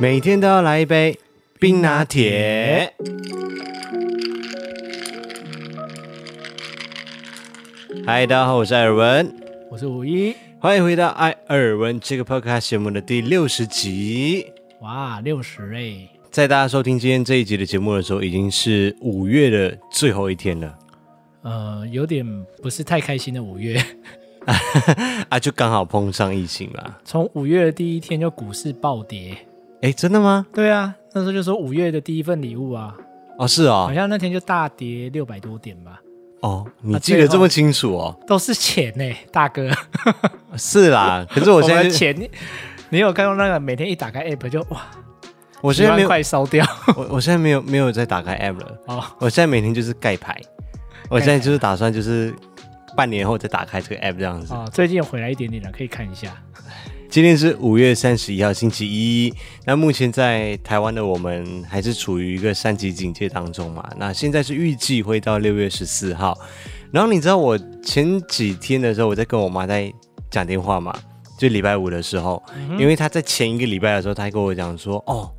每天都要来一杯冰拿铁。嗨，大家好，我是艾尔文，我是五一。欢迎回到艾尔文这个 podcast 节目的第六十集。哇，六十哎，在大家收听今天这一集的节目的时候，已经是五月的最后一天了呃，有点不是太开心的五月。 啊，就刚好碰上疫情啦。从五月的第一天就股市暴跌。哎，真的吗？对啊，那时候就说五月的第一份礼物啊，哦，是哦好，像那天就大跌六百多点吧，哦，你啊记得最后这么清楚哦？都是钱呢、大哥。是啦， 可是我 我现们在的就钱，你你有看到那个每天一打开 app 就哇，我几现在没万有，块烧 掉我我现在没有没有再打开 app 了。哦。我现在每天就是盖牌，我现在就是打算就是半年后再打开这个 app 这样子。哦，最近有回来一点点了，可以看一下。今天是五月三十一号星期一，那目前在台湾的我们还是处于一个三级警戒当中嘛。那现在是预计会到六月十四号。然后你知道我前几天的时候，我在跟我妈在讲电话嘛，就礼拜五的时候，因为她在前一个礼拜的时候，她还跟我讲说，哦，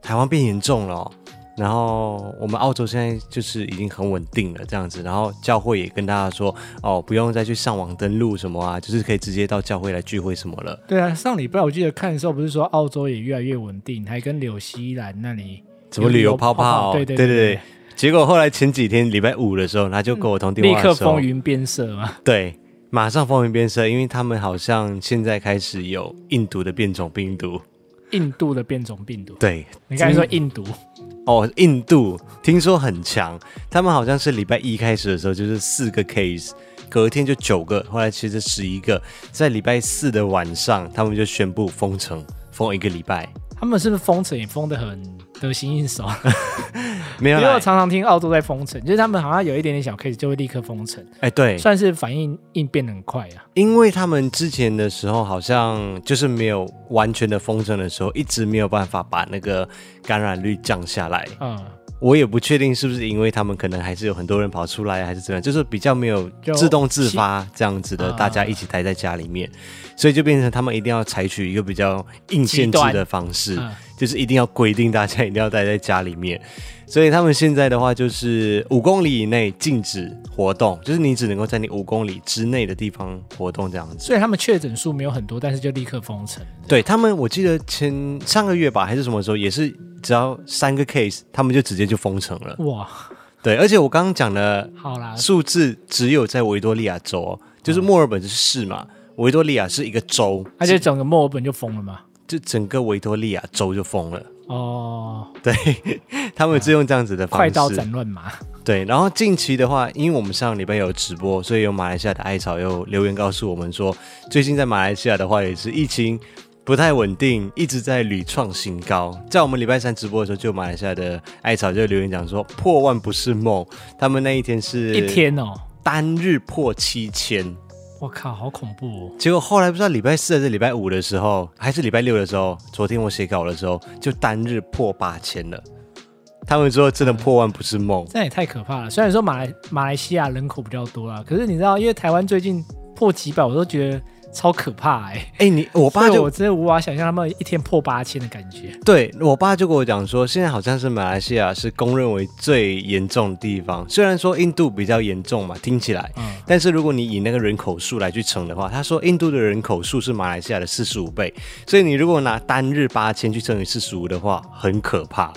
台湾变严重了哦、然后我们澳洲现在就是已经很稳定了这样子，然后教会也跟大家说，哦，不用再去上网登录什么啊，就是可以直接到教会来聚会什么了。对啊，上礼拜我记得看的时候，不是说澳洲也越来越稳定，还跟纽西兰那里怎么旅游泡泡？对对对对。结果后来前几天礼拜五的时候，他就跟我通电立话的刻时候，风云变色 嘛。对，马上风云变色，因为他们好像现在开始有印度的变种病毒。印度的变种病毒，对，你刚才说印度，哦，印度听说很强，他们好像是礼拜一开始的时候就是四个 case，隔天就九个，后来其实十一个，在礼拜四的晚上，他们就宣布封城，封一个礼拜。他们是不是封城也封得很 得心应手？没因有为我啦，常常听澳洲在封城，就是他们好像有一点点小 case 就会立刻封城，哎，对，算是反应应变得很快啊。因为他们之前的时候好像就是没有完全的封城的时候，一直没有办法把那个感染率降下来。嗯，我也不确定是不是因为他们可能还是有很多人跑出来，还是怎么样，就是比较没有就自动自发这样子的，啊大家一起待在家里面，所以就变成他们一定要采取一个比较硬限制极的端方式。嗯就是一定要规定大家一定要待在家里面， 所以他们现在的话就是五公里以内禁止活动，就是你只能够在你五公里之内的地方活动这样子。虽然他们确诊数没有很多，但是就立刻封城。对他们，我记得前上个月吧，还是什么时候，也是只要三个 case，他们就直接就封城了。哇，对，而且我刚刚讲的好啦，数字只有在维多利亚州哦，就是墨尔本是市嘛，维多利亚是一个州，而且整个墨尔本就封了嘛。就整个维多利亚州就封了。哦，他们是用这样子的方快刀式。斩乱麻。对，然后近期的话，因为我们上个礼拜有直播，所以有马来西亚的艾草又留言告诉我们说，最近在马来西亚的话也是疫情不太稳定，一直在屡创新高。在我们礼拜三直播的时候，就有马来西亚的艾草就留言讲说，破万不是梦，他们那一天是一天哦，单日破七千。我靠，好恐怖哦！结果后来不知道礼拜四还是礼拜五的时候，还是礼拜六的时候，昨天我写稿的时候，就单日破八千了。他们说真的破万不是梦，这样也太可怕了。虽然说马来马来西亚人口比较多啦，可是你知道，因为台湾最近破几百，我都觉得超可怕哎、哎、你我所 爸以就我真的无法想象他们一天破八千的感觉。对我爸就跟我讲说，现在好像是马来西亚是公认为最严重的地方，虽然说印度比较严重嘛，听起来，嗯，但是如果你以那个人口数来去乘的话，他说印度的人口数是马来西亚的四十五倍，所以你如果拿单日八千去乘以四十五的话，很可怕。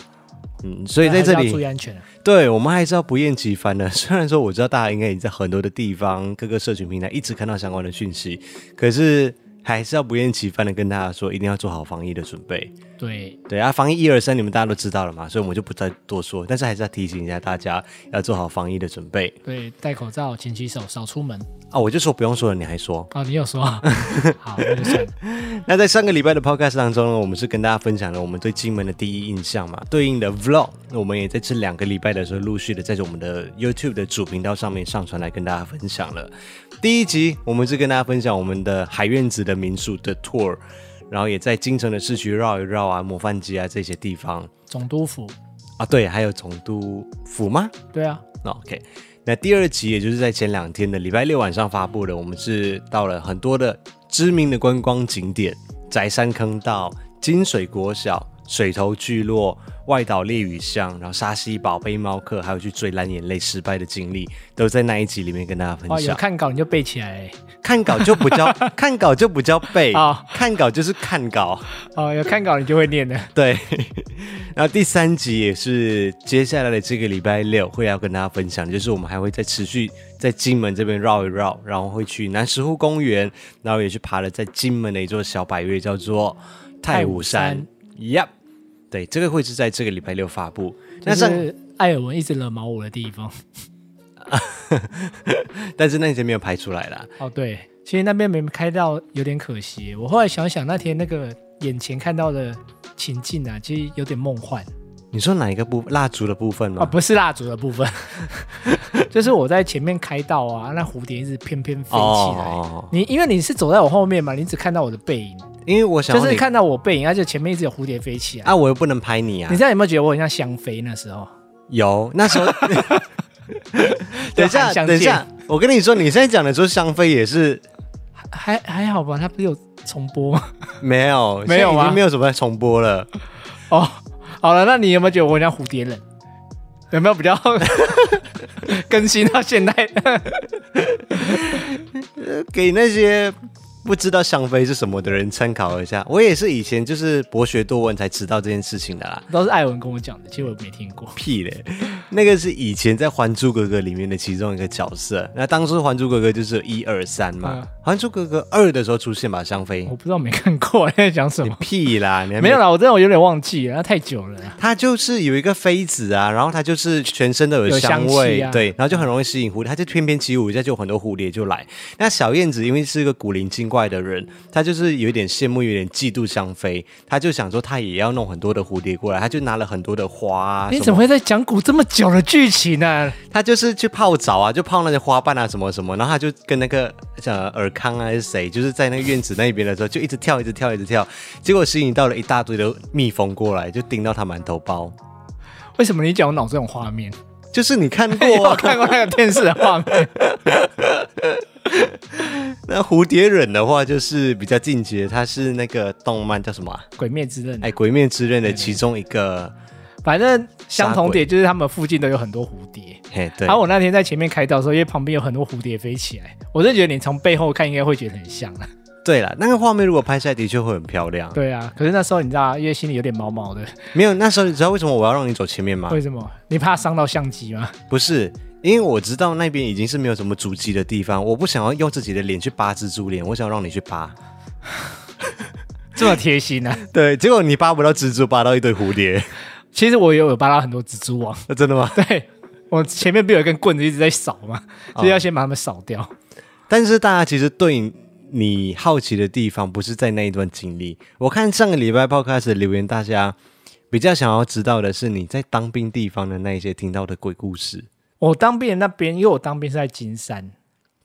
嗯，所以在这还是里要注意安全啊。对我们还是要不厌其烦的。虽然说我知道大家应该已经在很多的地方、各个社群平台一直看到相关的讯息，可是还是要不厌其烦的跟大家说，一定要做好防疫的准备。对，对啊，防疫一二三你们大家都知道了嘛，所以我们就不再多说，但是还是要提醒一下大家要做好防疫的准备对，戴口罩、勤洗手、少出门。啊！我就说不用说了，你还说。哦，你有 说啊？好，那就算了。那在上个礼拜的 podcast 当中呢，我们是跟大家分享了我们对金门的第一印象嘛，对应的 vlog，我们也在这两个礼拜的时候陆续的在我们的 YouTube 的主频道上面上传来跟大家分享了。第一集我们是跟大家分享我们的海院子的民宿的 tour，然后也在京城的市区绕一绕啊，模范街啊这些地方总督府，啊，对，还有总督府吗？对啊，那 OK，那第二集也就是在前两天的礼拜六晚上发布的，我们是到了很多的知名的观光景点，宅山坑道、金水国小、水头聚落、外岛烈屿乡，然后沙西堡、背猫客，还有去追蓝眼泪失败的经历，都在那一集里面跟大家分哦哇，有享。看稿你就背起来欸，哦看稿就不叫看稿就不叫背好， 看稿就是看稿。哦，有看稿你就会念的。对，然后第三集也是接下来的这个礼拜六会要跟大家分享，就是我们还会再持续在金门这边绕一绕，然后会去南石湖公园，然后也去爬了在金门的一座小百岳，叫做太武山太。 Yep，对，这个会是在这个礼拜六发布。就 那上，是艾尔文一直惹毛我的地方。但是那天没有排出来啦。哦，对，其实那边没开到有点可惜。我后来想想，那天那个眼前看到的情境啊，其实有点梦幻你说哪一个部蜡烛的部分啊，吗？不是蜡烛的部分， 就是我在前面开道啊，那蝴蝶一直翩翩飞起来。哦，你因为你是走在我后面嘛，你只看到我的背影，因为我想就要是你看到我背影，而且前面一直有蝴蝶飞起来。啊，我又不能拍你啊你。这样有没有觉得我很像香妃那时候？有，那 时候。等一下，就韩香等一下见，，我跟你说，你现在讲的时候，香妃也是 还还好吧？他不是有重播吗？没有，没有现在啊已吗经没有什么在重播了。 哦，好了，那你有没有觉得我很像蝴蝶人？有没有比较 更新到现代？给那些不知道香妃是什么的人参考一下。我也是以前就是博学多闻才知道这件事情的啦。都是艾文跟我讲的，其实我也没听过。 屁嘞，那个是以前在《还珠格格》里面的其中一个角色。那当初《还珠格格》就是有一二三嘛，嗯还珠格格二》的时候出现吧，香妃我。不知道没看过，在讲什你么？屁啦，你还没有啊啦，我真的我有点忘记了，那太久了啦。它就是有一个妃子啊，然后它就是全身都有香香味，气啊对，然后就很容易吸引蝴蝶，它就翩翩起舞一下，就有很多蝴蝶就来。那小燕子因为是一个古灵精怪的人，她就是有点羡慕，有点嫉妒香妃，她就想说她也要弄很多的蝴蝶过来，她就拿了很多的花、啊，你什怎么会在讲古这么久的剧情呢、她就是去泡澡啊，就泡那些花瓣啊什么什么，然后她就跟那个呃尔康啊还是谁，就是在那个院子那边的时候，就一直跳，一直跳，一直跳，结果吸引到了一大堆的蜜蜂过来，就叮到她满头包。为什么你讲我脑中有画面？就是你看过、 我啊，看过那个电视的画 面。那蝴蝶忍的话，就是比较进阶，它是那个动漫叫什么啊、 《鬼灭之刃》哎，《鬼灭之刃》的其中一个，嗯反正相同点就是他们附近都有很多蝴蝶。嘿，对然，后我那天在前面开道的时候，因为旁边有很多蝴蝶飞起来，我就觉得你从背后看应该会觉得很像啊。 对了，那个画面如果拍下来的确会很漂亮。对啊，可是那时候你知道啊，因为心里有点毛毛的，没有，那时候你知道为什么我要让你走前面吗？为什么？你怕伤到相机吗？不是，因为我知道那边已经是没有什么足迹的地方，我不想要用自己的脸去扒蜘蛛脸，我想要让你去扒。这么贴心啊！对，结果你扒不到蜘蛛，扒到一堆蝴蝶， 其实我也有扒到很多蜘蛛网，那真的吗？ 对我前面不有一根棍子一直在扫嘛，哦所以要先把它们扫掉。但是大家其实对你好奇的地方不是在那一段经历。我看上个礼拜 podcast 的留言，大家比较想要知道的是你在当兵地方的那一些听到的鬼故事。我当兵的那边，因为我当兵是在金山，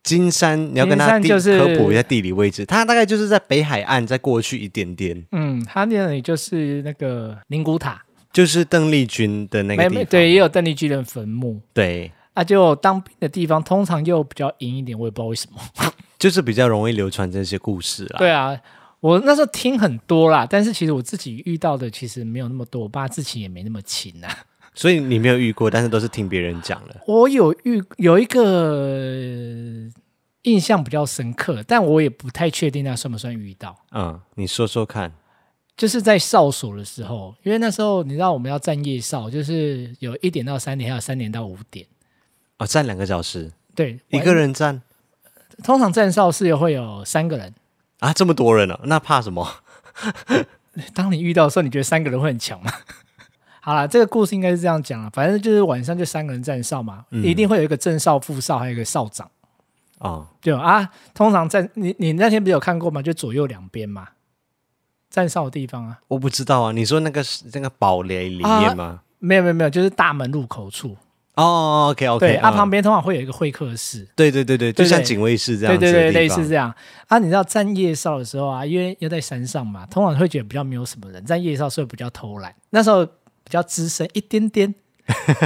金山，你要跟他地金山就是科普一下地理位置，它大概就是在北海岸再过去一点点，嗯，他那里就是那个灵骨塔，就是邓丽君的那个没地没方。对，也有邓丽君的坟墓。对啊，就当兵的地方通常又比较阴一点，我也不知道为什么。就是比较容易流传这些故事啦。对啊，我那时候听很多啦，但是其实我自己遇到的其实没有那么多，我爸自己也没那么勤啊。所以你没有遇过，但是都是听别人讲的。我有遇有一个印象比较深刻，但我也不太确定那算不算遇到。嗯，你说说看。就是在哨所的时候，因为那时候你知道我们要站夜哨，就是有一点到三点，还有三点到五点。哦，站两个小时，对，一个人站晚通常站哨是会有三个人。啊，这么多人了、那怕什么？当你遇到的时候，你觉得三个人会很强吗？ 好啦，这个故事应该是这样讲了，反正就是晚上就三个人站哨嘛，嗯一定会有一个正哨、副哨，还有一个哨长。哦，就啊，通常站你你那天不是有看过吗？就左右两边嘛，站哨的地方啊，我不知道啊。你说那个是那个堡垒里面吗？没有没有没有，就是大门入口处。哦，OK OK，对，啊，旁边，边通常会有一个会客室。对对对对，对就对像警卫室这对样子对的对，地类方似这样啊。你知道站夜哨的时候啊，因为又在山上嘛，通常会觉得比较没有什么人，站夜哨所以比较偷懒。那时候比较资深一点 点，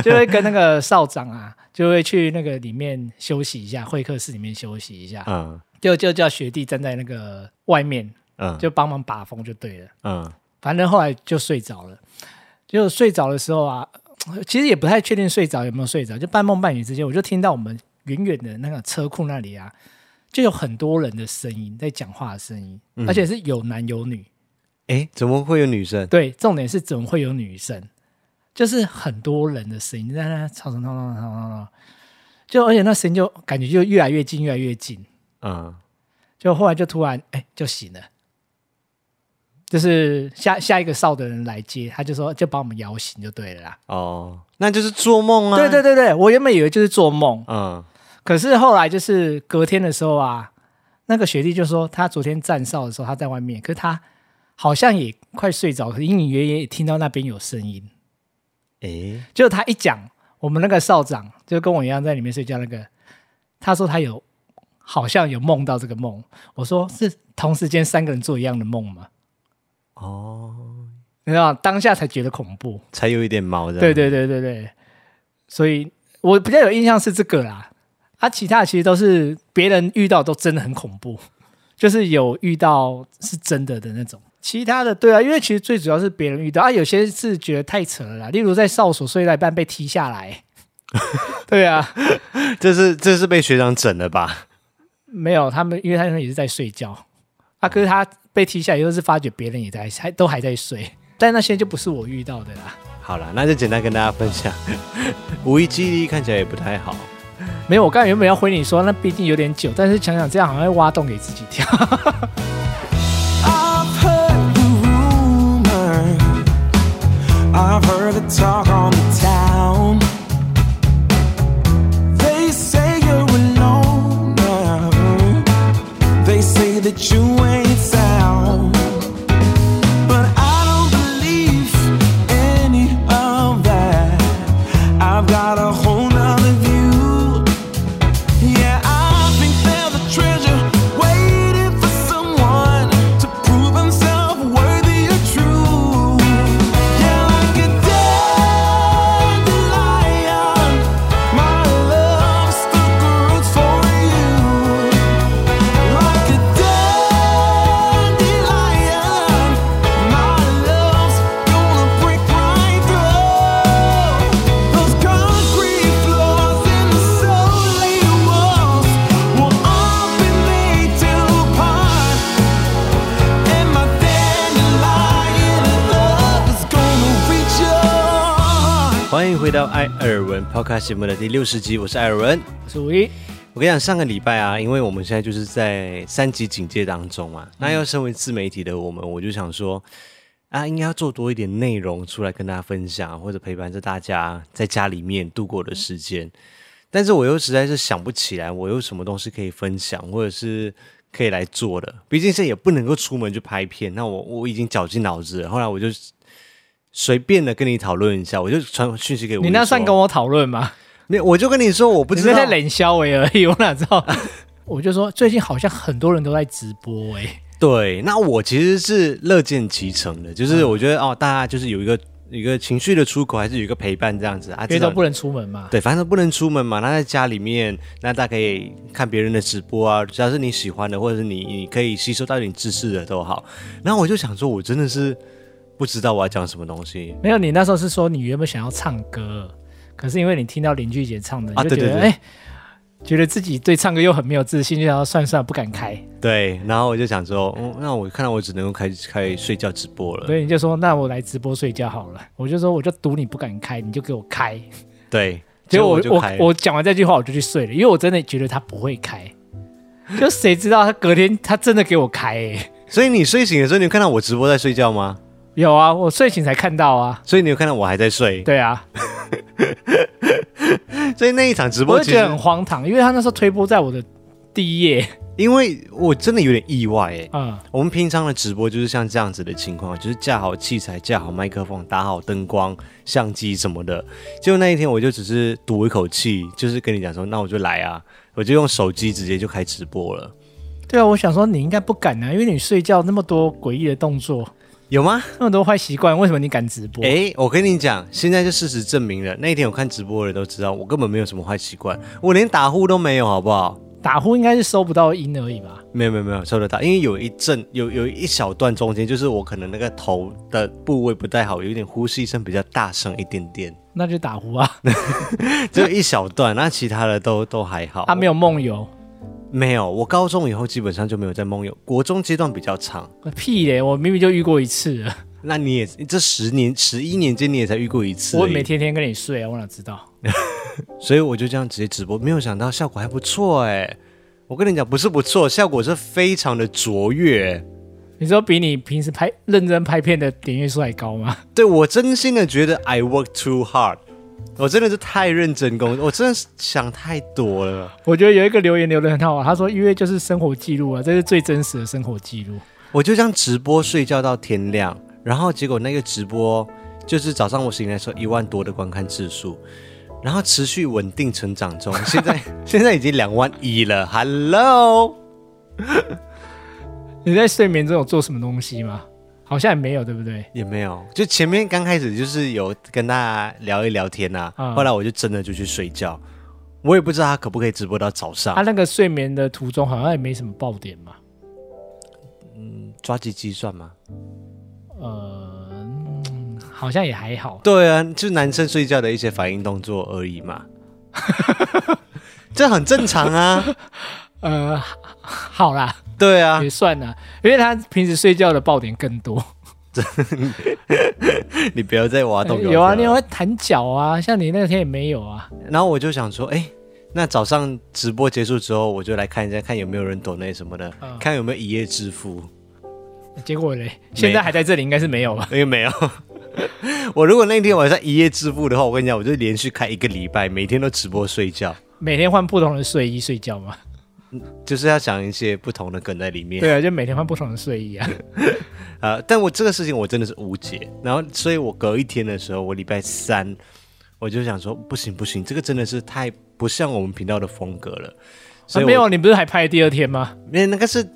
就会跟那个哨长啊，就会去那个里面休息一下，会客室里面休息一下，嗯就就叫学弟站在那个外面，嗯就帮忙把风就对了。嗯反正后来就睡着了。就睡着的时候啊，其实也不太确定睡着有没有睡着，就半梦半醒之间，我就听到我们远远的那个车库那里啊，就有很多人的声音在讲话的声音，而且是有男有女。哎，怎么会有女生？对，重点是怎么会有女生？就是很多人的声音在那吵吵闹闹吵吵闹闹，就而且那声音就感觉就越来越近，越来越近。嗯，就后来就突然哎、就醒了，就是下下一个哨的人来接，他就说就把我们摇醒就对了啦。哦，那就是做梦啊。对对，对对，我原本以为就是做梦，嗯，可是后来就是隔天的时候啊，那个学弟就说他昨天站哨的时候他在外面，可是他好像也快睡着，可是隐隐约约也听到那边有声音。哎，就他一讲，我们那个少长就跟我一样在里面睡觉那个，他说他有好像有梦到这个梦，我说是同时间三个人做一样的梦吗？哦，你知道吗当下才觉得恐怖。才有一点毛的。对对对对对，所以我比较有印象是这个啦，啊，其他的其实都是别人遇到都真的很恐怖， 就是有遇到是真的的那种。其他的对啊，因为其实最主要是别人遇到啊，有些是觉得太扯了啦，例如在哨所睡到一半被踢下来，对啊，这是这是被学长整的吧？没有他们，因为他们也是在睡觉啊，可是他被踢下来，又是发觉别人也在还都还在睡，但那些就不是我遇到的啦。好了，那就简单跟大家分享。 五一记忆力看起来也不太好，没有，我刚才原本要回你说，那毕竟有点久，但是想想这样好像会挖洞给自己跳。 I've heard the rumor. I've heard the talk on the town. They say you're a loner. They say that you ain't sound. But I don't believe any of that. I've got a whole nother view. Yeah, I think there's a treasure waiting for someone to prove himself worthy or true. Yeah, like a dandelion, my love still grows for you. Like a dandelion, my love's gonna break right through those concrete floors and the solely walls will all be made to part. And my dandelion love is gonna reach your 欢迎回到艾尔文 Podcast 节目的第六十集，我是艾尔文。属于我跟你讲，上个礼拜啊，因为我们现在就是在三级警戒当中嘛，嗯那要身为自媒体的我们，我就想说啊，应该要做多一点内容出来跟大家分享，或者陪伴着大家在家里面度过的时嗯间。但是我又实在是想不起来，我有什么东西可以分享，或者是可以来做的。毕竟现在也不能够出门去拍片，那我我已经绞尽脑汁了。后来我就随便的跟你讨论一下，我就传 讯息给我你那算跟我，我讨论吗？没有我就跟你说，我不我只知是道在冷笑我而已，我哪知道？我就说最近好像很多人都在直播哎、对，那我其实是乐见其成的，就是嗯我觉得、哦，大家就是有一个有一个情绪的出口，还是有一个陪伴这样子啊，因为至都少不能出门嘛。对，反正都不能出门嘛，那在家里面，那大家可以看别人的直播啊，只要是你喜欢的，或者是你你可以吸收到一点知识的都好。然后我就想说，我真的是不知道我要讲什么东西，没有，你那时候是说你原本想要唱歌，可是因为你听到林俊杰唱的，啊你就觉对得对哎、对觉得自己对唱歌又很没有自信，就想要算算不敢开，对，然后我就想说，嗯，那我看到我只能够开开睡觉直播了所，以你就说那我来直播睡觉好了。我就说我就赌你不敢开，你就给我开。对，结果我就我开了我讲完这句话我就去睡了，因为我真的觉得他不 会开，就谁知道他隔天他真的给我开、欸，所以你睡醒的时候，你有看到我直播在睡觉吗？有啊，我睡醒才看到啊，所以你有看到我还在睡，对啊，所以那一场直我播就其觉实得很荒唐，因为他那时候推播在我的第一页，因为我真的有点意外诶，嗯，我们平常的直播就是像这样子的情况，就是架好器材、架好麦克风、打好灯光、相机什么的。结果那一天我就只是赌一口气，就是跟你讲说，那我就来啊，我就用手机直接就开直播了，对啊，我想说你应该不敢啊，因为你睡觉那么多诡异的动作，有吗？那么多坏习惯，为什么你敢直播？诶，我跟你讲，现在就事实证明了，那一天我看直播的人都知道，我根本没有什么坏习惯，我连打呼都没有，好不好？打呼应该是收不到音而已吧？没有没有没有收得到，因为有一阵有有一小段中间，就是我可能那个头的部位不太好，有一点呼吸声比较大声一点 点，那就打呼啊！只有一小段，那其他的都都还好。他没有梦游，没有，我高中以后基本上就没有在梦游，国中阶段比较长。屁嘞！我明明就遇过一次了，那你也这十年十一年间你也才遇过一次而已，我也没天天跟你睡啊，我哪知道？所以我就这样直接直播，没有想到效果还不错哎。我跟你讲，不是不错，效果是非常的卓越。哎你说比你平时拍认真拍片的点阅数还高吗？ 对我真心的觉得 I work too hard，我真的是太认真工作，我真的是想太多了。我觉得有一个留言留的很好啊，他说：“因为就是生活记录啊，这是最真实的生活记录。我就这样直播睡觉到天亮，然后结果那个直播就是早上我醒来的时候一万多的观看次数，然后持续稳定成长中，现在 现在已经两万一了，Hello，你在睡眠中有做什么东西吗？好像也没有，对不对？也没有，就前面刚开始就是有跟大家聊一聊天呐、嗯后来我就真的就去睡觉，我也不知道他可不可以直播到早上，啊他、那个睡眠的途中好像也没什么爆点嘛。抓鸡鸡算吗？呃，嗯好像也还好。对啊，就男生睡觉的一些反应动作而已嘛， 这很正常啊。呃，好啦，对啊也，算啦，因为他平时睡觉的爆点更多。你不要再挖洞给我 有跳啊，你了有会弹脚啊，像你那天也没有啊。然后我就想说，哎、那早上直播结束之后，我就来看一下，看有没有人抖那什么的，嗯看有没有一夜致富。结果嘞，现在还在这里，应该是没有 吧？因为没有， 我如果那天晚上一夜致富的话，我跟你讲，我就连续开一个礼拜，每天都直播睡觉，每天换不同的睡衣睡觉嘛。就是要想一些不同的梗在里面。对啊，就每天换不同的睡衣啊。呃，但我这个事情我真的是无解。然后，所以我隔一天的时候，我礼拜三我就想说，不行不行，这个真的是太不像我们频道的风格了。所以我、啊没有，你不是还拍第二天吗？没有，那个是，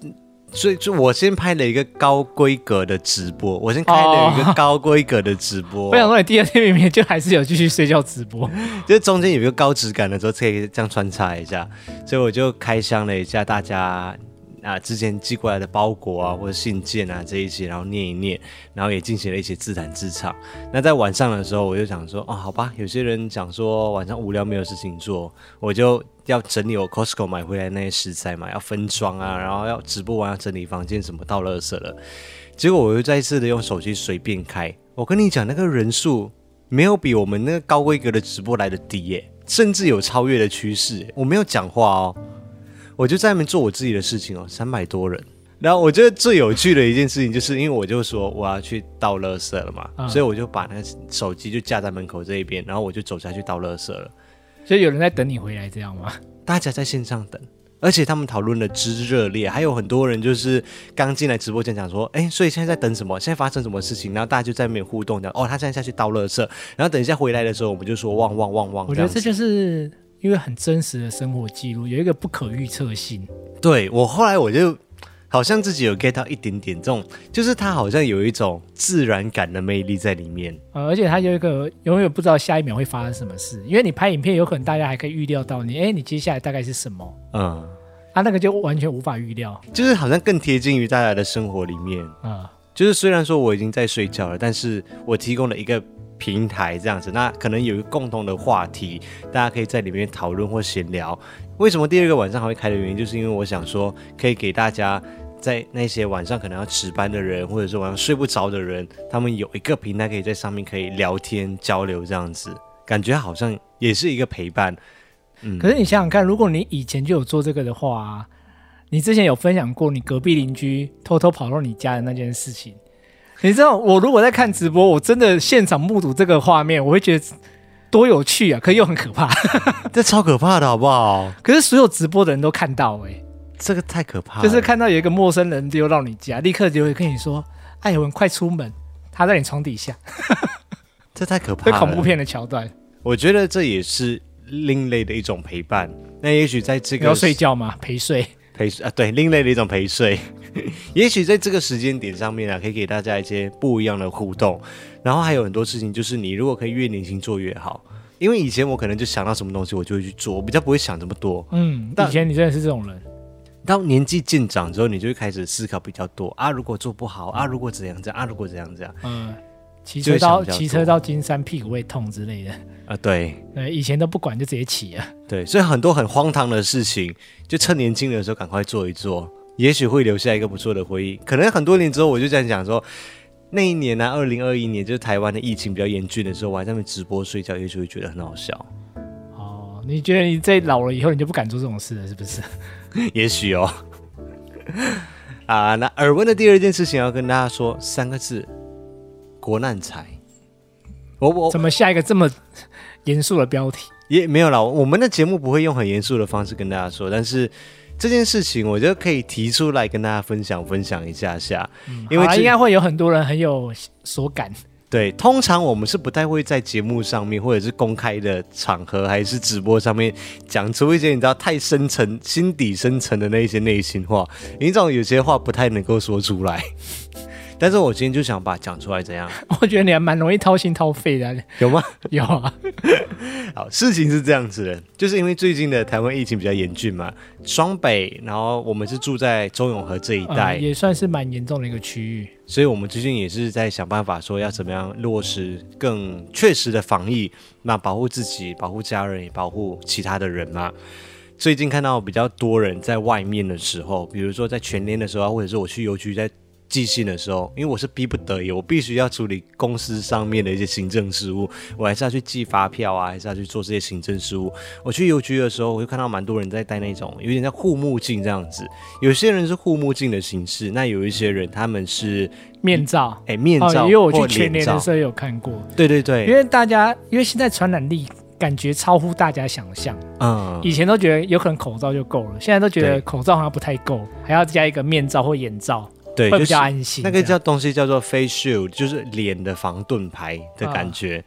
所以就我先拍了一个高规格的直播，我先开了一个高规格的直播，哦 我想说，你第二天明明就还是有继续睡觉直播。就是中间有一个高质感的时候，可以这样穿插一下。所以我就开箱了一下大家。啊，之前寄过来的包裹啊，或者信件啊这一些，然后念一念，然后也进行了一些自弹自唱。那在晚上的时候，我就想说，哦，好吧，有些人讲说晚上无聊没有事情做，我就要整理我 Costco 买回来那些食材嘛，要分装啊，然后要直播完要整理房间什么倒垃圾了。结果我又再一次的用手机随便开，我跟你讲，那个人数没有比我们那个高规格的直播来的低耶、甚至有超越的趋势耶、我没有讲话哦，我就在那边做我自己的事情哦，三百多人。然后我觉得最有趣的一件事情，就是因为我就说我要去倒垃圾了嘛，嗯所以我就把那个手机就架在门口这一边，然后我就走下去倒垃圾了。所以有人在等你回来，这样吗？大家在线上等，而且他们讨论的之热烈，还有很多人就是刚进来直播间讲说，哎，所以现在在等什么？现在发生什么事情？然后大家就在那边互动，讲哦，他现在下去倒垃圾，然后等一下回来的时候，我们就说旺旺旺旺。我觉得样这子就是因为很真实的生活记录，有一个不可预测性。对我后来我就好像自己有 get 到一点点这种，就是他好像有一种自然感的魅力在里面。呃，而且它有一个永远不知道下一秒会发生什么事，因为你拍影片，有可能大家还可以预料到你，哎，你接下来大概是什么，嗯，啊，那个就完全无法预料就是好像更贴近于大家的生活里面。啊、就是虽然说我已经在睡觉了，但是我提供了一个平台这样子，那可能有一个共同的话题，大家可以在里面讨论或闲聊。为什么第二个晚上还会开的原因，就是因为我想说可以给大家。在那些晚上可能要值班的人，或者是晚上睡不着的人，他们有一个平台可以在上面可以聊天交流，这样子感觉好像也是一个陪伴。嗯可是你想想看，如果你以前就有做这个的话、啊你之前有分享过你隔壁邻居偷偷跑到你家的那件事情，你知道我如果在看直播，我真的现场目睹这个画面，我会觉得多有趣啊，可又很可怕。 这超可怕的好不好？可是所有直播的人都看到哎、这个太可怕了。就是看到有一个陌生人丢到你家，立刻就会跟你说：“艾文，快出门！”他在你床底下，这太可怕这了。恐怖片的桥段。我觉得这也是另类的一种陪伴。那也许在这你个要睡觉吗？陪睡。陪啊，对，另类的一种陪睡。 也许在这个时间点上面啊，可以给大家一些不一样的互动。然后还有很多事情，就是你如果可以越年轻做越好。因为以前我可能就想到什么东西，我就会去做，我比较不会想这么多。嗯，但以前你真的是这种人，到年纪渐长之后，你就会开始思考比较多啊，如果做不好啊，如果怎样怎样啊，如果怎样怎样嗯，骑就会车想到比较多骑车到金山屁股会痛之类的，啊，对对，呃以前都不管就直接骑啊，对，所以很多很荒唐的事情，就趁年轻的时候赶快做一做，也许会留下一个不错的回忆。可能很多年之后，我就这样讲说。那一年呢、啊，二零二一年就是台湾的疫情比较严峻的时候，我还在那边直播睡觉，也许会觉得很好笑， 哦，你觉得你这老了以后你就不敢做这种事了，是不是？ 也许哦。啊，那耳温的第二件事情要跟大家说三个字：国难财。我我怎么下一个这么严肃的标题？也没有啦，我们的节目不会用很严肃的方式跟大家说，但是这件事情我觉得可以提出来跟大家分享分享一下下，因为好啦啊这应该会有很多人很有所感， 对，通常我们是不太会在节目上面或者是公开的场合还是直播上面讲出一些你知道太深层、心底深层的那一些内心话，因为这种有些话不太能够说出来。 但是我今天就想把它讲出来，怎样？我觉得你还蛮容易掏心掏肺的啊、有吗？有啊， 好，事情是这样子的，就是因为最近的台湾疫情比较严峻嘛，双北，然后我们是住在中永和这一带，呃也算是蛮严重的一个区域。所以我们最近也是在想办法，说要怎么样落实更确实的防疫，那保护自己、保护家人，也保护其他的人嘛。最近看到比较多人在外面的时候，比如说在全联的时候啊，或者是我去邮局在寄信的时候，因为我是逼不得已，我必须要处理公司上面的一些行政事务，我还是要去寄发票啊，还是要去做这些行政事务。我去邮局的时候，我就看到蛮多人在戴那种有点像护目镜这样子，有些人是护目镜的形式，那有一些人他们是面罩，哎、面罩、哦，或因为我去全脸年罩的，时候有看过，对对因对，为大家因为现在传染力感觉超乎大家想象，嗯，以前都觉得有可能口罩就够了，现在都觉对得口罩好像不太够，还要加一个面罩或眼罩，对，会就比是较安心。那个这叫样东西叫做 face shield，就是脸的防盾牌的嗯感觉。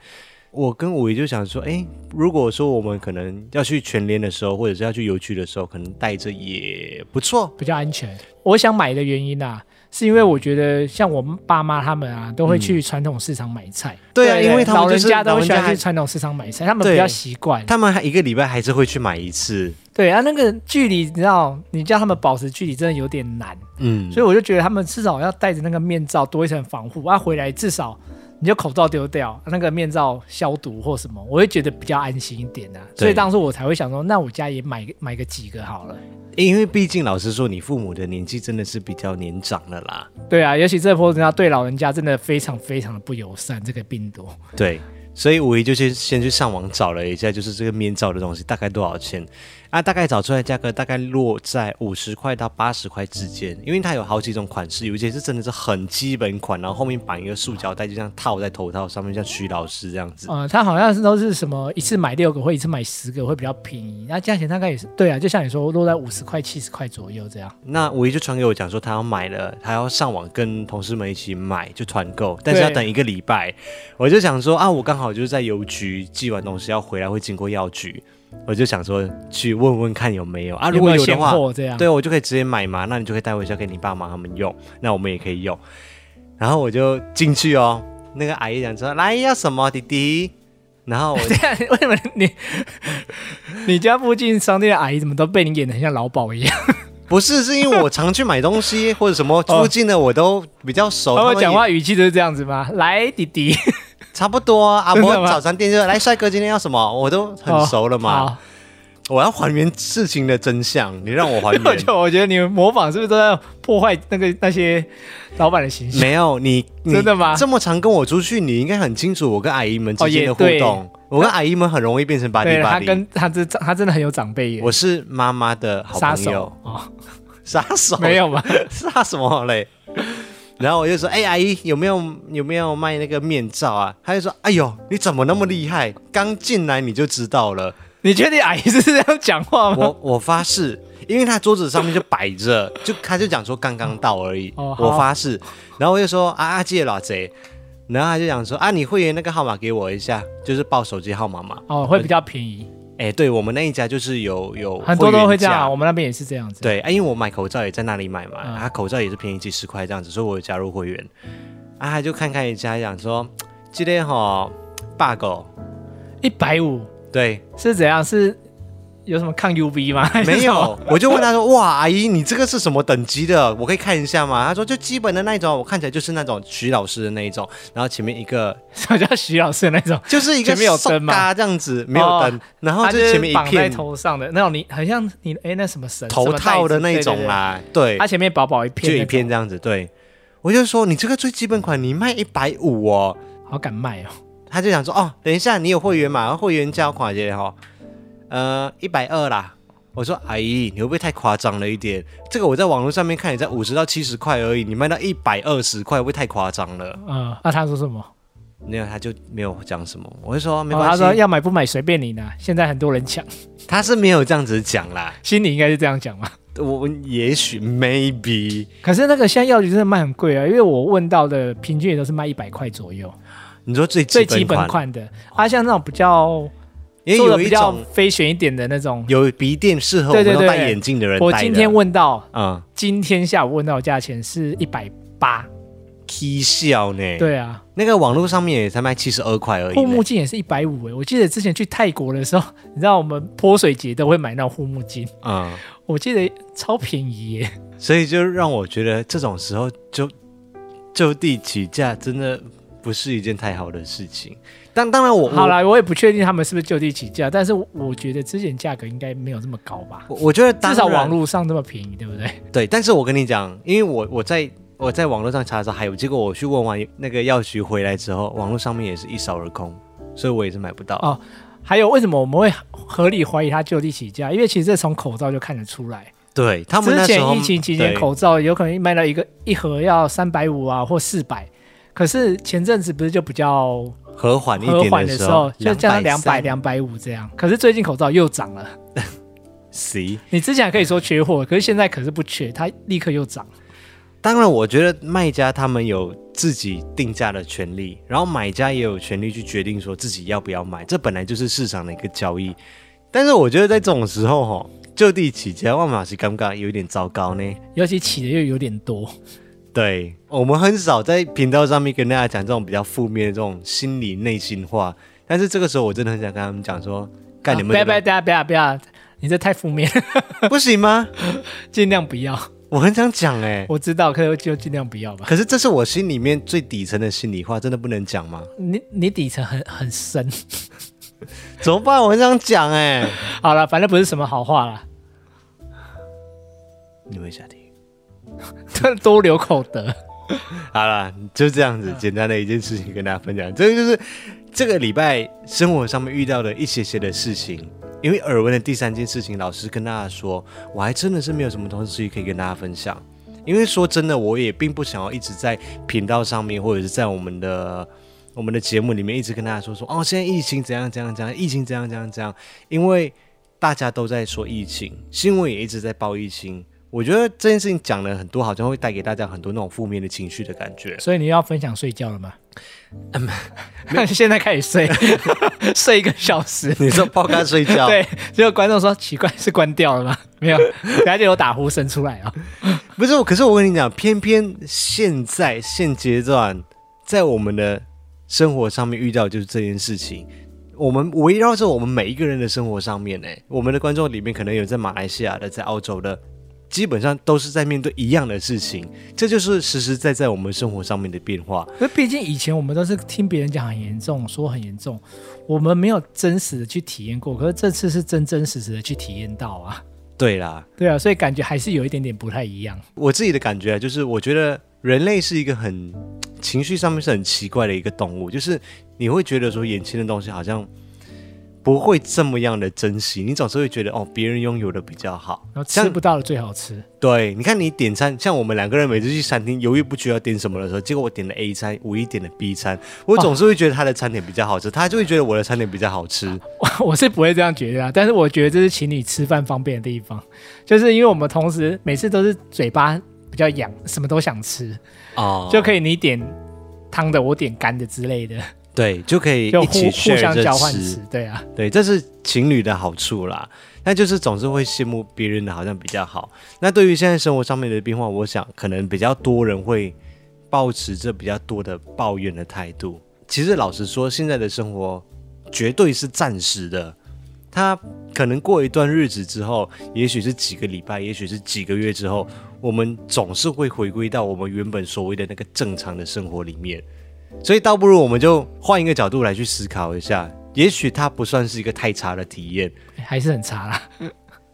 我跟五一就想说，哎、如果说我们可能要去全联的时候，或者是要去邮局的时候，可能带着也不错。比较安全。我想买的原因啊，是嗯因为我觉得像我爸妈他们啊，都会去传统市场买菜。对啊因为他们老人就是家都老会人喜家欢还去传统市场买菜，他们对比较习惯。他们还一个礼拜还是会去买一次，对啊，那个距离你知道，你叫他们保持距离真的有点难，嗯，所以我就觉得他们至少要戴着那个面罩多一层防护，啊，回来至少。你就口罩丢掉，啊那个面罩消毒或什么，我会觉得比较安心一点啊。所以对当时我才会想说，那我家也买个买个几个好了。因为毕竟老实说，你父母的年纪真的是比较年长了啦。对啊，尤其这波真的对老人家真的非常非常的不友善，这个病毒。对，所以五一就去先去上网找了一下，就是这个面罩的东西大概多少钱啊？大概找出来价格大概落在五十块到八十块之间，因为它有好几种款式，有一些是真的是很基本款，然后后面绑一个塑胶袋，就像套在头套上面，像徐老师这样子。呃，它好像是都是什么一次买六个或一次买十个会比较便宜，那价钱大概也是对啊，就像你说落在五十块七十块左右这样。那五一就传给我讲说他要买了，他要上网跟同事们一起买，就团购，但是要等一个礼拜。我就想说啊，我刚好就是在邮局寄完东西要回来，会经过药局，我就想说去问问看有没有啊，如果有没有的现话，货这样，对，我就可以直接买嘛，那你就可以带回家给你爸妈他们用，那我们也可以用。然后我就进去哦，那个阿姨讲说来要什么弟弟，然后我这样 为什么你 你家附近商店的阿姨怎么都被你演的像老鸨一样？不是是因为我常去买东西或者什么哦附近的我都比较熟，他哦他们们哦讲也话语气都是这样子吗？来，弟弟，差不多啊。阿真的伯吗哦早餐店就来帅哥今天要什么，我都很熟了嘛。好我要还原事情的真相，你让我还 我原。就我觉得你们模仿是不是都在破坏那个那些老板的形象？没有你，你真的吗这么常跟我出去，你应该很清楚我跟阿姨们之哦间也的互对动。我跟阿姨们很容易变成巴对蒂嗯巴他蒂。跟他真他真的很有长辈耶，我是妈妈的好杀朋 手友，哦，杀手没有吧？ 杀什么嘞？然后我就说：“哎、阿姨，有没有有没有卖那个面罩啊？”她就说：“哎呦，你怎么那么厉害？刚进来你就知道 了。你确定阿姨是这样讲话吗？我我发誓，因为她桌子上面就摆着，就她就讲说刚刚到而已。哦好我发誓。然后我就说：“啊，阿借老贼。”然后她就讲说：“啊，你会员那个号码给我一下，就是报手机号码嘛。哦，会比较便宜，”哎，对我们那一家就是有有很多都员会这样价啊，我们那边也是这样子。，对，啊，因为我买口罩也在那里买嘛，嗯他、口罩也是便宜几十块这样子，所以我有加入会员。啊，他就看看人家讲说，今天哈 bug，哦一百五 对，是怎样？是有什么抗 UV 吗？还是没什么有，我就问他说：“哇，阿姨，你这个是什么等级的？我可以看一下吗？”他说：“就基本的那一种，我看起来就是那种徐老师的那一种。”然后前面一个什么叫徐老师的那种，就是一个前面有灯吗嘎这样子，没有哦灯，然后他就就是前面一绑在片头上的那种你，很像你哎那什么绳头套的那种，啦，对什么带子对对对，它前面薄薄一片就那种，一片这样子。对，我就说你这个最基本款，你卖一百五哦。好敢卖哦，他就想说：“哦，等一下你有会员嘛？会员价款这哈，呃，一百二啦。”我说：“阿姨，你会不会太夸张了一点？这个我在网络上面看，你在五十到七十块而已，你卖到一百二十块，会不会太夸张了嗯，那他说什么？？”没有，他就没有讲什么。我就说没哦关他系，说要买不买随便你呢，现在很多人抢， 他是没有这样子讲啦。心里应该是这样讲嘛。我我也许 maybe 可是那个现在药局真的卖很贵啊，因为我问到的平均也都是卖一百块左右，你说最最基基本本款，款的。啊，像那种比较因为做有的一比较种飞旋一点的那种，有鼻垫适合我对们对这种对戴眼镜的人戴的。我今天问到，啊，今天下午问到的价钱是一百八， k 笑呢？，对啊，那个网络上面也才卖七十二块而已呢。护目镜也是一百五哎，我记得之前去泰国的时候， 你知道我们泼水节都会买那种护目镜，啊、我记得超便宜耶，所以就让我觉得这种时候就就地起价，真的不是一件太好的事情。但当然我，我好啦，我也不确定他们是不是就地起价，但是我觉得之前价格应该没有这么高吧，我我觉得当至然少网络上这么便宜，对不对？对，但是我跟你讲，因为我我在我在网络上查的时候还有，结果我去问完那个药局回来之后，网络上面也是一扫而空，所以我也是买不到。哦还有为什么我们会合理怀疑它就地起价？因为其实这从口罩就看得出来。对他们之那时候前疫情期间对口罩有可能卖到一个一盒要三百五啊或四百，可是前阵子不是就比较和缓一和点缓的时时候，就降到两百230两百五这样。可是最近口罩又涨了。 C。你之前还可以说缺货，可是现在可是不缺，它立刻又涨。当然，我觉得卖家他们有自己定价的权利，然后买家也有权利去决定说自己要不要买，这本来就是市场的一个交易。但是我觉得在这种时候哈、就地起价，万马是尴尬，有一点糟糕呢。尤其起的又有点多，对我们很少在频道上面跟大家讲这种比较负面的这种心理内心话，但是这个时候我真的很想跟他们讲说，干你啊们不这要不要个、不要不要不要，你这太负面了， 不行吗？尽量不要。我很想讲哎、我知道，可是就尽量不要吧。可是这是我心里面最底层的心里话，真的不能讲吗？你你底层很很深。怎么办？我很想讲哎、好了，反正不是什么好话啦， 你们想听？多留口德。好了，就这样子简单的一件事情跟大家分享，这个就是这个礼拜生活上面遇到的一些些的事情。因为耳闻的第三件事情，老师跟大家说，我还真的是没有什么东西可以跟大家分享。因为说真的，我也并不想要一直在频道上面，或者是在我们的我们的节目里面一直跟大家说说，哦，现在疫情怎样怎样怎样，疫情怎样怎样怎样。因为大家都在说疫情，新闻也一直在报疫情。我觉得这件事情讲了很多，好像会带给大家很多那种负面的情绪的感觉。所以你要分享睡觉了吗？嗯 现在开始睡， 睡一个小时。 你说泡咖睡 觉，对，结果观众说奇怪，是关掉了吗？没有，等下就有打呼声出来啊、不是？可是我跟你讲，偏偏现在现阶段，在我们的生活上面遇到的就是这件事情。我们围绕着我们每一个人的生活上面呢，我们的观众里面可能有在马来西亚的，在澳洲的，基本上都是在面对一样的事情，这就是实实在在我们生活上面的变化。可是毕竟以前我们都是听别人讲很严重，说很严重，我们没有真实的去体验过。可是这次是真真实实的去体验到啊。对啦，对啊，所以感觉还是有一点点不太一样。我自己的感觉啊，就是我觉得人类是一个很情绪上面是很奇怪的一个动物，就是你会觉得说眼前的东西好像不会这么样的珍惜，你总是会觉得哦别人拥有的比较好然后，吃像不到的最好吃，对，你看你点餐，像我们两个人每次去餐厅犹豫不决要点什么的时候，结果我点了 A 餐，五一点了 B 餐，我总是会觉得他的餐点比较好吃，他就会觉得我的餐点比较好吃。 我我是不会这样觉得啊，但是我觉得这是情侣吃饭方便的地方，就是因为我们同时每次都是嘴巴比较痒，什么都想吃，哦就可以以你点汤的，我点干的之类的，对，就可以就一互起互 share 相着交换吃吃，对啊，对，这是情侣的好处啦。那就是总是会羡慕别人的好像比较好。那对于现在生活上面的变化，我想可能比较多人会保持着比较多的抱怨的态度。其实老实说，现在的生活绝对是暂时的。它可能过一段日子之后，也许是几个礼拜，也许是几个月之后，我们总是会回归到我们原本所谓的那个正常的生活里面。所以，倒不如我们就换一个角度来去思考一下，也许它不算是一个太差的体验。还是很差啦。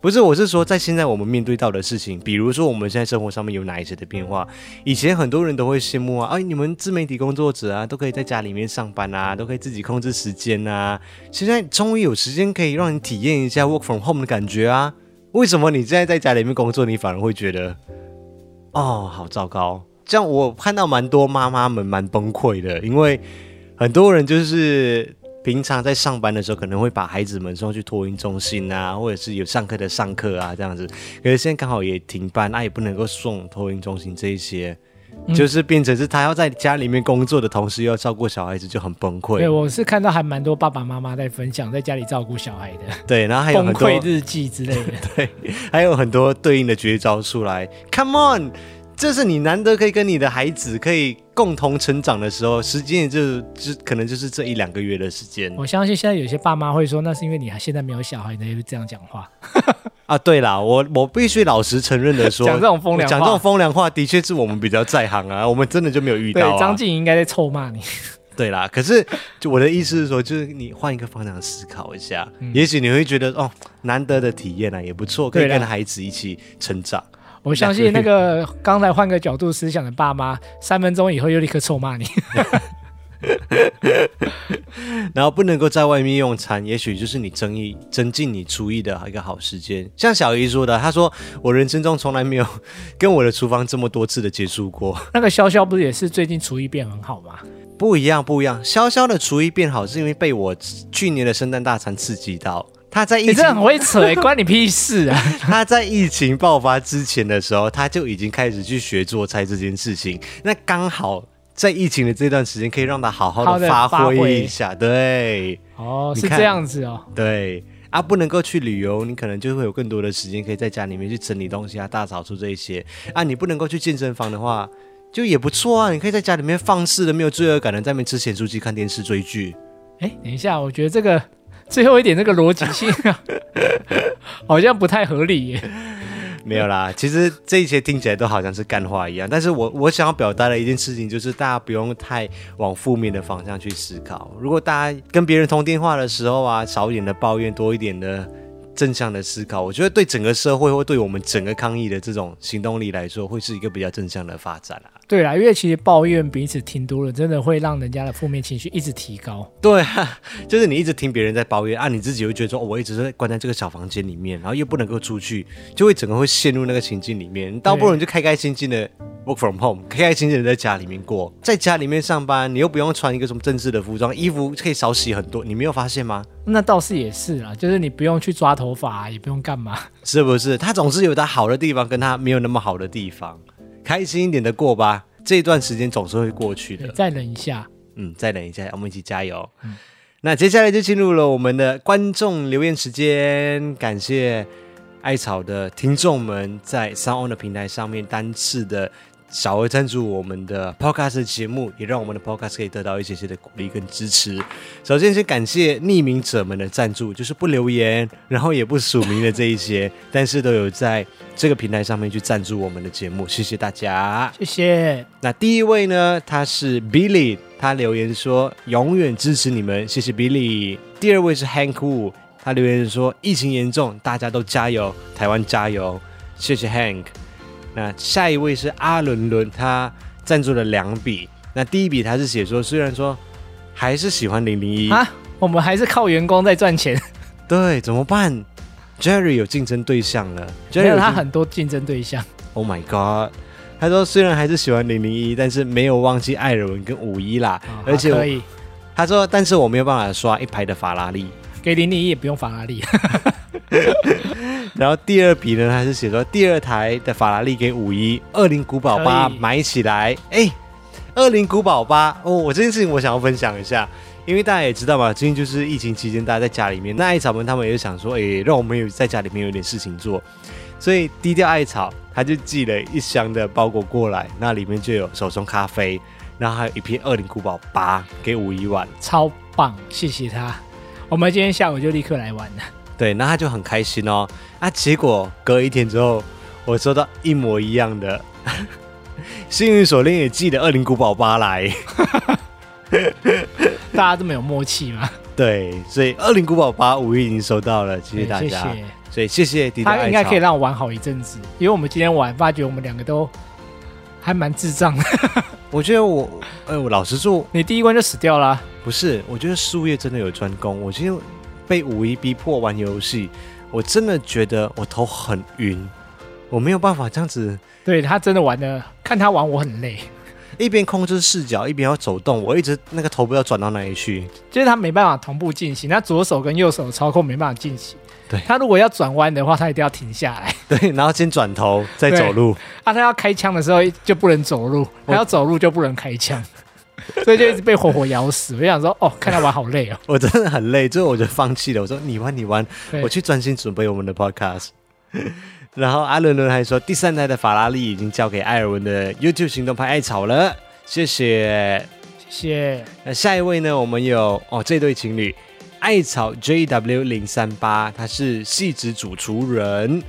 不是，我是说，在现在我们面对到的事情，比如说我们现在生活上面有哪一些的变化，以前很多人都会羡慕啊，哎，你们自媒体工作者啊，都可以在家里面上班啊，都可以自己控制时间啊，现在终于有时间可以让你体验一下 work from home 的感觉啊，为什么你现在在家里面工作，你反而会觉得，哦，好糟糕？这样我看到蛮多妈妈们蛮崩溃的，因为很多人就是平常在上班的时候，可能会把孩子们送去托婴中心啊，或者是有上课的上课啊这样子。可是现在刚好也停班，那、也不能够送托婴中心这一些，嗯就是变成是他要在家里面工作的同时，又要照顾小孩子，就很崩溃。对，我是看到还蛮多爸爸妈妈在分享在家里照顾小孩的对，然后还有崩很多溃日记之类 的。还有很多对应的绝招出来。Come on，这是你难得可以跟你的孩子可以共同成长的时候，时间也就就可能就是这一两个月的时间我相信现在有些爸妈会说，那是因为你现在没有小孩，你才会这样讲话。啊。对啦，我我必须老实承认的说， 讲这种风凉话讲这种风凉话的确是我们比较在行啊，我们真的就没有遇对到、啊。，张静应该在臭骂你。对啦，可是就我的意思是说，就是你换一个方向思考一下，也许你会觉得哦，难得的体验啊，也不错，可以嗯对啦跟孩子一起成长。我相信 那个刚才换个角度思想的爸妈，三分钟以后又立刻臭骂你。 然后不能够在外面用餐，也许就是你增益增进你厨艺的一个好时间。像小姨说的，她说我人生中从来没有跟我的厨房这么多次的接触过， 那个潇潇不是也是最近厨艺变很好吗？不一样不一样。潇潇的厨艺变好是因为被我去年的圣诞大餐刺激到。她在疫你真的情很会扯、欸，关你屁事啊！ 她在疫情爆发之前的时候，她就已经开始去学做菜这件事情。那刚好在疫情的这段时间，可以让她好好好的地发发挥挥一下。对，哦，你是看这样子哦。对啊，不能够去旅游，你可能就会有更多的时间可以在家里面去整理东西啊、大扫除这一些啊。你不能够去健身房的话，就也不错啊，你可以在家里面放肆的、没有罪恶感的在那边吃咸酥鸡、看电视、追剧。哎、等一下，我觉得这个最后一点这个逻辑性啊， 好像不太合理耶。 没有啦，其实这一些听起来都好像是干话一样，但是我我想要表达的一件事情就是，大家不用太往负面的方向去思考。如果大家跟别人通电话的时候啊，少一点的抱怨，多一点的正向的思考，我觉得对整个社会或对我们整个抗疫的这种行动力来说，会是一个比较正向的发展啊。对啦，因为其实抱怨彼此听多了，真的会让人家的负面情绪一直提高。 对啊，就是你一直听别人在抱怨啊，你自己会觉得说、哦我一直在关在这个小房间里面，然后又不能够出去，就会整个会陷入那个情境里面。倒不如你就开开心心的 work from home，开开心心的在家里面过，在家里面上班，你又不用穿一个什么正式的服装，衣服可以少洗很多，你没有发现吗？那倒是也是啦，就是你不用去抓头发、啊也不用干嘛。是不是？它总是有它好的地方，跟它没有那么好的地方，开心一点的过吧，这一段时间总是会过去的对，。再忍一下。嗯，再等一下，我们一起加油。那接下来就进入了我们的观众留言时间，感谢艾草的听众们在 Sound On 的平台上面单次的小额赞助我们的 Podcast 的节目，也让我们的 Podcast 可以得到一些些的鼓励跟支持。首先先感谢匿名者们的赞助，就是不留言，然后也不署名的这一些，但是都有在这个平台上面去赞助我们的节目，谢谢大家。谢谢，那第一位呢，他是 Billy，他留言说永远支持你们，谢谢 Billy。第二位是 Hank Wu，他留言说疫情严重，大家都加油，台湾加油，谢谢 Hank。那下一位是阿伦伦，他赞助了两笔。那第一笔他是写说，虽然说还是喜欢零零一，啊，我们还是靠员工在赚钱，对，怎么办？Jerry 有竞争对象了，Jerry 没有竞他很多竞争对象。 Oh my god！他说虽然还是喜欢零零一，但是没有忘记艾尔文跟五一啦，啊而且可我以他说，但是我没有办法刷一排的法拉利。给零零一也不用法拉利，嗯然后第二笔呢，他是写说第二台的法拉利给五一，二零古堡八可以买起来。哎，二零古堡八哦，我这件事情我想要分享一下。因为大家也知道嘛，最近就是疫情期间，大家在家里面，那艾草们他们也想说，哎，让我们有在家里面有点事情做，所以低调艾草他就寄了一箱的包裹过来，那里面就有手冲咖啡，然后还有一片二零古堡八给五一碗，超棒，谢谢他。我们今天下午就立刻来 玩了。对，那他就很开心哦。啊，结果隔一天之后，我收到一模一样的， 幸运锁链也寄的二零古堡八来。 大家这么有默契吗？对，所以二零古堡八五一已经收到了，谢谢大家。哎谢谢所以谢谢迪达他艾应该草可以让我玩好一阵子，因为我们今天玩发觉我们两个都还蛮智障的。 我觉得我，哎、我老实说，你第一关就死掉啊啦、不是，我觉得术业真的有专攻。我今天被五一逼迫玩游戏，我真的觉得我头很晕，我没有办法这样子对他真的玩的，看他玩我很累，一边控制视角，一边要走动，我一直那个头不知道转到哪里去。就是他没办法同步进行，他左手跟右手的操控没办法进行。对他如果要转弯的话，他一定要停下来。 对，然后先转头再走路。啊，他要开枪的时候就不能走路，我他要走路就不能开枪， 所以就一直被活活咬死。我就想说，哦，看他玩好累哦。我真的很累，最后我就放弃了。我说你玩你玩，对我去专心准备我们的 podcast。然后阿伦伦还说，第三台的法拉利已经交给艾尔文的 YouTube 行动派艾草了，谢谢。谢谢，那下一位呢？我们有哦，这对情侣，艾草 JW 零三八，他是细致主厨人，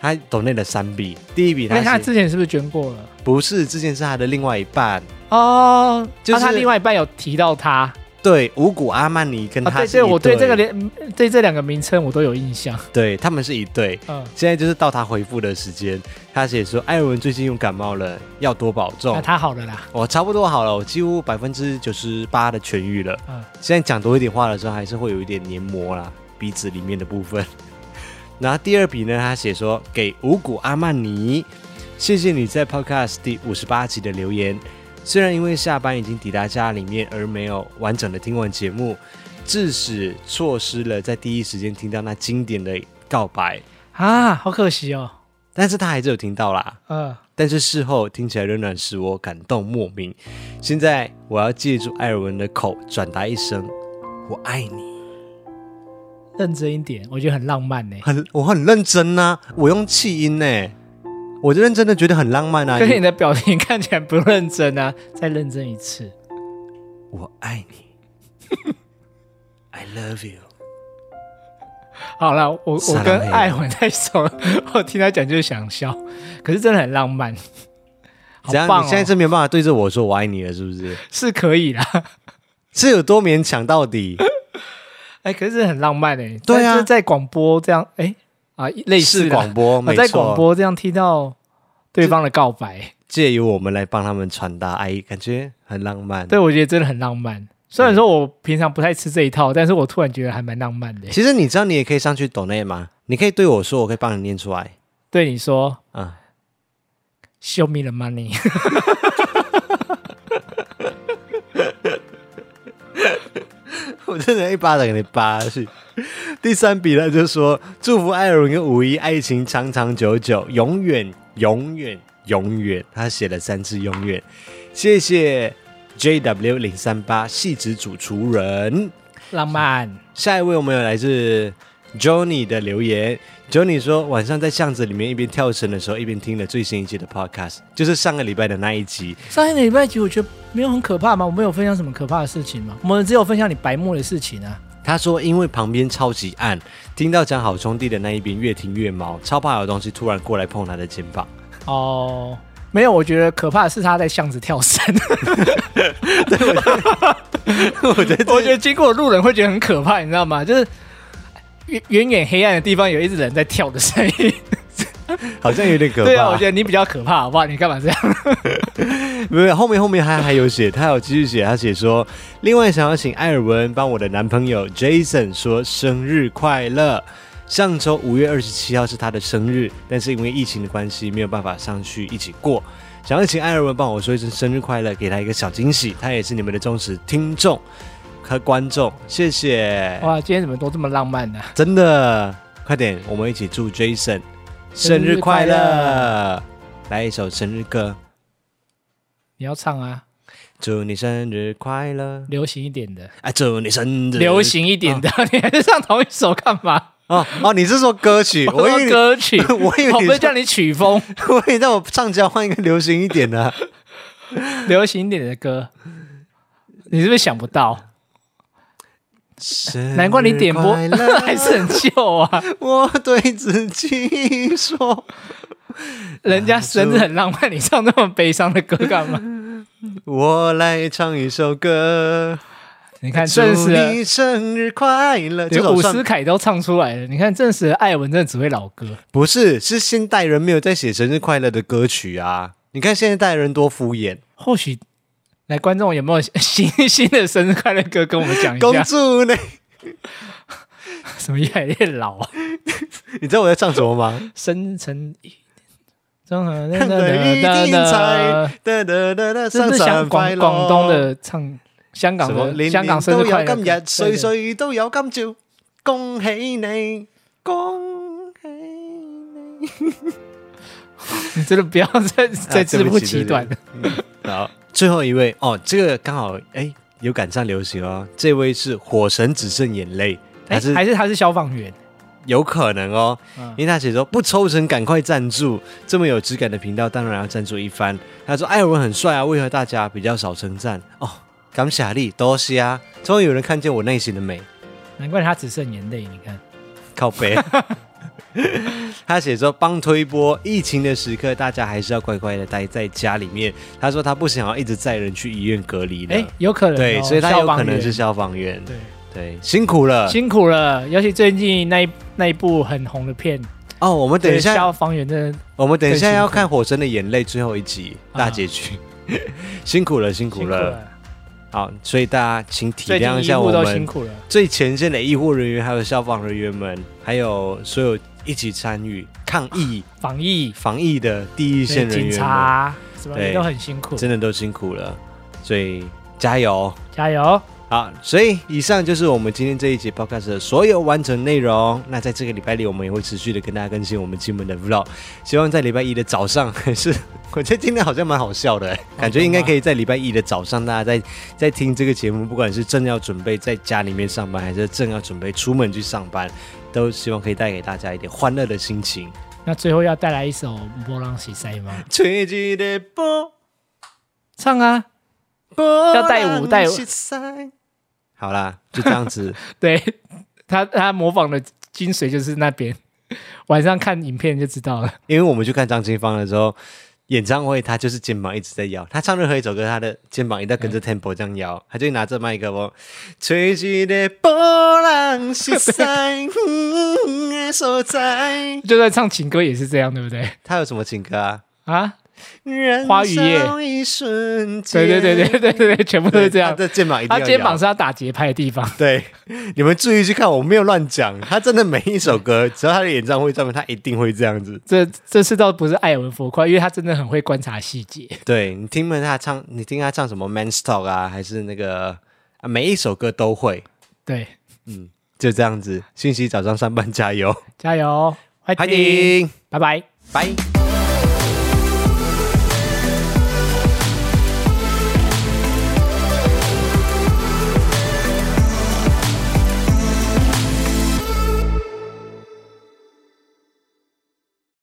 他抖内了三笔，第一笔那哎他他是之前是不是捐过了？不是之前是他的另外一半，哦，就是啊他另外一半有提到他，对，五谷阿曼尼跟啊，他对是一对，我对这个对连对这两个名称我都有印象。对他们是一对。嗯，现在就是到他回复的时间，他写说艾文最近又感冒了，要多保那重。他好了啦，我差不多好了，我几乎百分之九十八的痊愈了。嗯，现在讲多一点话的时候，还是会有一点黏膜啦，鼻子里面的部分。 然后第二笔呢，他写说给五谷阿曼尼，谢谢你在 Podcast 第五十八集的留言。虽然因为下班已经抵达家里面，而没有完整的听完节目，致使错失了在第一时间听到那经典的告白，啊，好可惜哦，但是他还是有听到啦。嗯，但是事后听起来仍然使我感动莫名。现在我要借助艾尔文的口转达一声“我爱你”。认真一点，我觉得很浪漫呢。很我很认真呐、我用气音呢、我就认真的觉得很浪漫 啊。可是你的表情看起来不认真啊，再认真一次。我爱你，I love you。好了，我我撒跟浪嘿艾文 在熟，我听他讲就是想笑，可是真的很浪漫， 好怎样？棒你现在哦，是没有办法对着我说我爱你了，是不是？是可以啦。 这有多勉强到底？哎，可是很浪漫哎，对啊但是在广播这样，哎啊，类似是啦广播，没我错。在广播这样听到对方的告白，借由我们来帮他们传达爱意，感觉很浪漫。对，我觉得真的很浪漫。虽然说我平常不太吃这一套，但是我突然觉得还蛮浪漫的。其实你知道，你也可以上去抖内吗？你可以对我说，我可以帮你念出来 对你说啊。 ，Show me the money， 我真的一巴掌给你扒下去。第三笔呢，就说祝福艾尔文跟五一爱情长长久久，永远永远永远。他写了三次永远，谢谢 JW 零三八细致主厨人。浪漫。下一位我们有来自 Johnny 的留言，Johnny 说晚上在巷子里面一边跳绳的时候，一边听了最新一期的 podcast，就是上个礼拜的那一集。上一个礼拜几，我觉得没有很可怕嘛，我们有分享什么可怕的事情吗？我们只有分享你白目的事情啊。他说，因为旁边超级暗，听到讲好兄弟的那一边越听越毛，超怕有东西突然过来碰他的肩膀。 哦，没有，我觉得可怕的是他在巷子跳 绳。我觉得，我觉得经过的路人会觉得很可怕，你知道吗？就是远远远黑暗的地方有一直人在跳的声音。好像有点可怕。对啊，我觉得你比较可怕，好不好？你干嘛这样？没有，后面后面他还有写，他有继续写，他写说，另外想要请艾尔文帮我的男朋友 Jason 说生日快乐。上周五月二十七号是他的生日，但是因为疫情的关系，没有办法上去一起过。想要请艾尔文帮我说一声生日快乐，给他一个小惊喜。他也是你们的忠实听众和观众，谢谢，哇，今天怎么都这么浪漫呢、啊真的，快点，我们一起祝 Jason 生日快生日乐，来一首生日歌，你要唱啊，祝你生日快乐。流行一点的，啊，祝你生日流行一点的，啊 你还是唱同一首干嘛？哦哦，你是说歌曲？我以为说你，哦歌曲， 我以为我你不说是叫你曲风，我以为让我上交换一个流行一点的、 流行一点的歌，你是不是想不到？ 难怪你点播生日嗯快乐 还是很旧啊，我对自己说，人嗯家生日很浪漫，你唱那么悲伤的歌干嘛？我来唱一首歌，你看祝证实了你生日快乐。这连首伍算思凯都唱出来了，你看证实了艾文真的只会老歌，不是，是现代人没有在写生日快乐的歌曲啊！你看现代人多敷衍，或许。来，观众有没有 新新的生日快乐歌跟我们讲一公下？主呢？什么越来越老啊？你知道我在唱什么吗？深沉一点，综合看的一定才哒哒哒哒，这上是香山广快乐。广东的唱香港什么？的年香港年生都日快有乐今歌日，，岁岁都有今朝，恭喜你，恭喜你！你 真的不要再再自不其短。了。啊对不起嗯好，最后一位哦，这个刚好哎有赶上流行哦。这位是《火神只剩眼泪》，哎他是还是他是消防员，有可能哦，嗯因为他写说不抽成赶快赞助，这么有质感的频道当然要赞助一番。他说艾尔文很帅啊，为何大家比较少称赞？哦，感谢你，多谢啊，终于有人看见我内心的美，难怪他只剩眼泪。你看，靠背。 他写说帮推波，疫情的时刻大家还是要乖乖的待在家里面。他说他不想要一直载人去医院隔离了。哎，有可能哦，对，所以他有可能是啊消消防员。防员对，辛苦了对，辛苦了。尤其最近那一那一部很红的片，哦。我们等一对下消防员真的我们等一下要更辛苦看《火神的眼泪》最后一集啊大结局， 辛苦了，辛苦辛苦了。了，好，所以大家请体最谅近一医下护我都辛们苦了。最前线的医护人员，还有消防人员们，还有所有一起参与抗疫、防疫防疫的第一线人啊警员们，察什么对也都很辛苦，真的都辛苦了，所以加油！加油！好，所以以上就是我们今天这一集 podcast 的所有完整内容。那在这个礼拜里，我们也会持续的跟大家更新我们金门的 vlog。希望在礼拜一的早上，是我觉得今天好像蛮好笑的，感觉应该可以在礼拜一的早上，大家在在听这个节目，不管是正要准备在家里面上班，还是正要准备出门去上班，都希望可以带给大家一点欢乐的心情。那最后要带来一首《波浪西塞》吗？吹起的波唱啊！波要带舞带舞浪是塞好啦，就这样子。对 他，他模仿的精髓就是那边。晚上看影片就知道了。因为我们去看张清芳的时候，演唱会他就是肩膀一直在摇，他唱任何一首歌，他的肩膀一定要跟着 tempo 这样摇，他就拿着麦克风，吹起的波浪是在嗯的所在。就算唱情歌也是这样，对不对？他有什么情歌啊？啊，人花语夜少一瞬间，对对对对对对对，全部都是这样他。的肩膀一定他要肩膀摇是他打节拍的地方，对，你们注意去看，我没有乱讲，他真的每一首歌，只要他的演唱会上面，他一定会这样子。这这次倒不是艾文佛快，因为他真的很会观察细节。对你听了他唱，你听他唱什么《Man s Talk》啊，还是那个啊，每一首歌都会，对，就这样子。信息早上上班加油，加油，海欢迎，丁，拜拜。拜。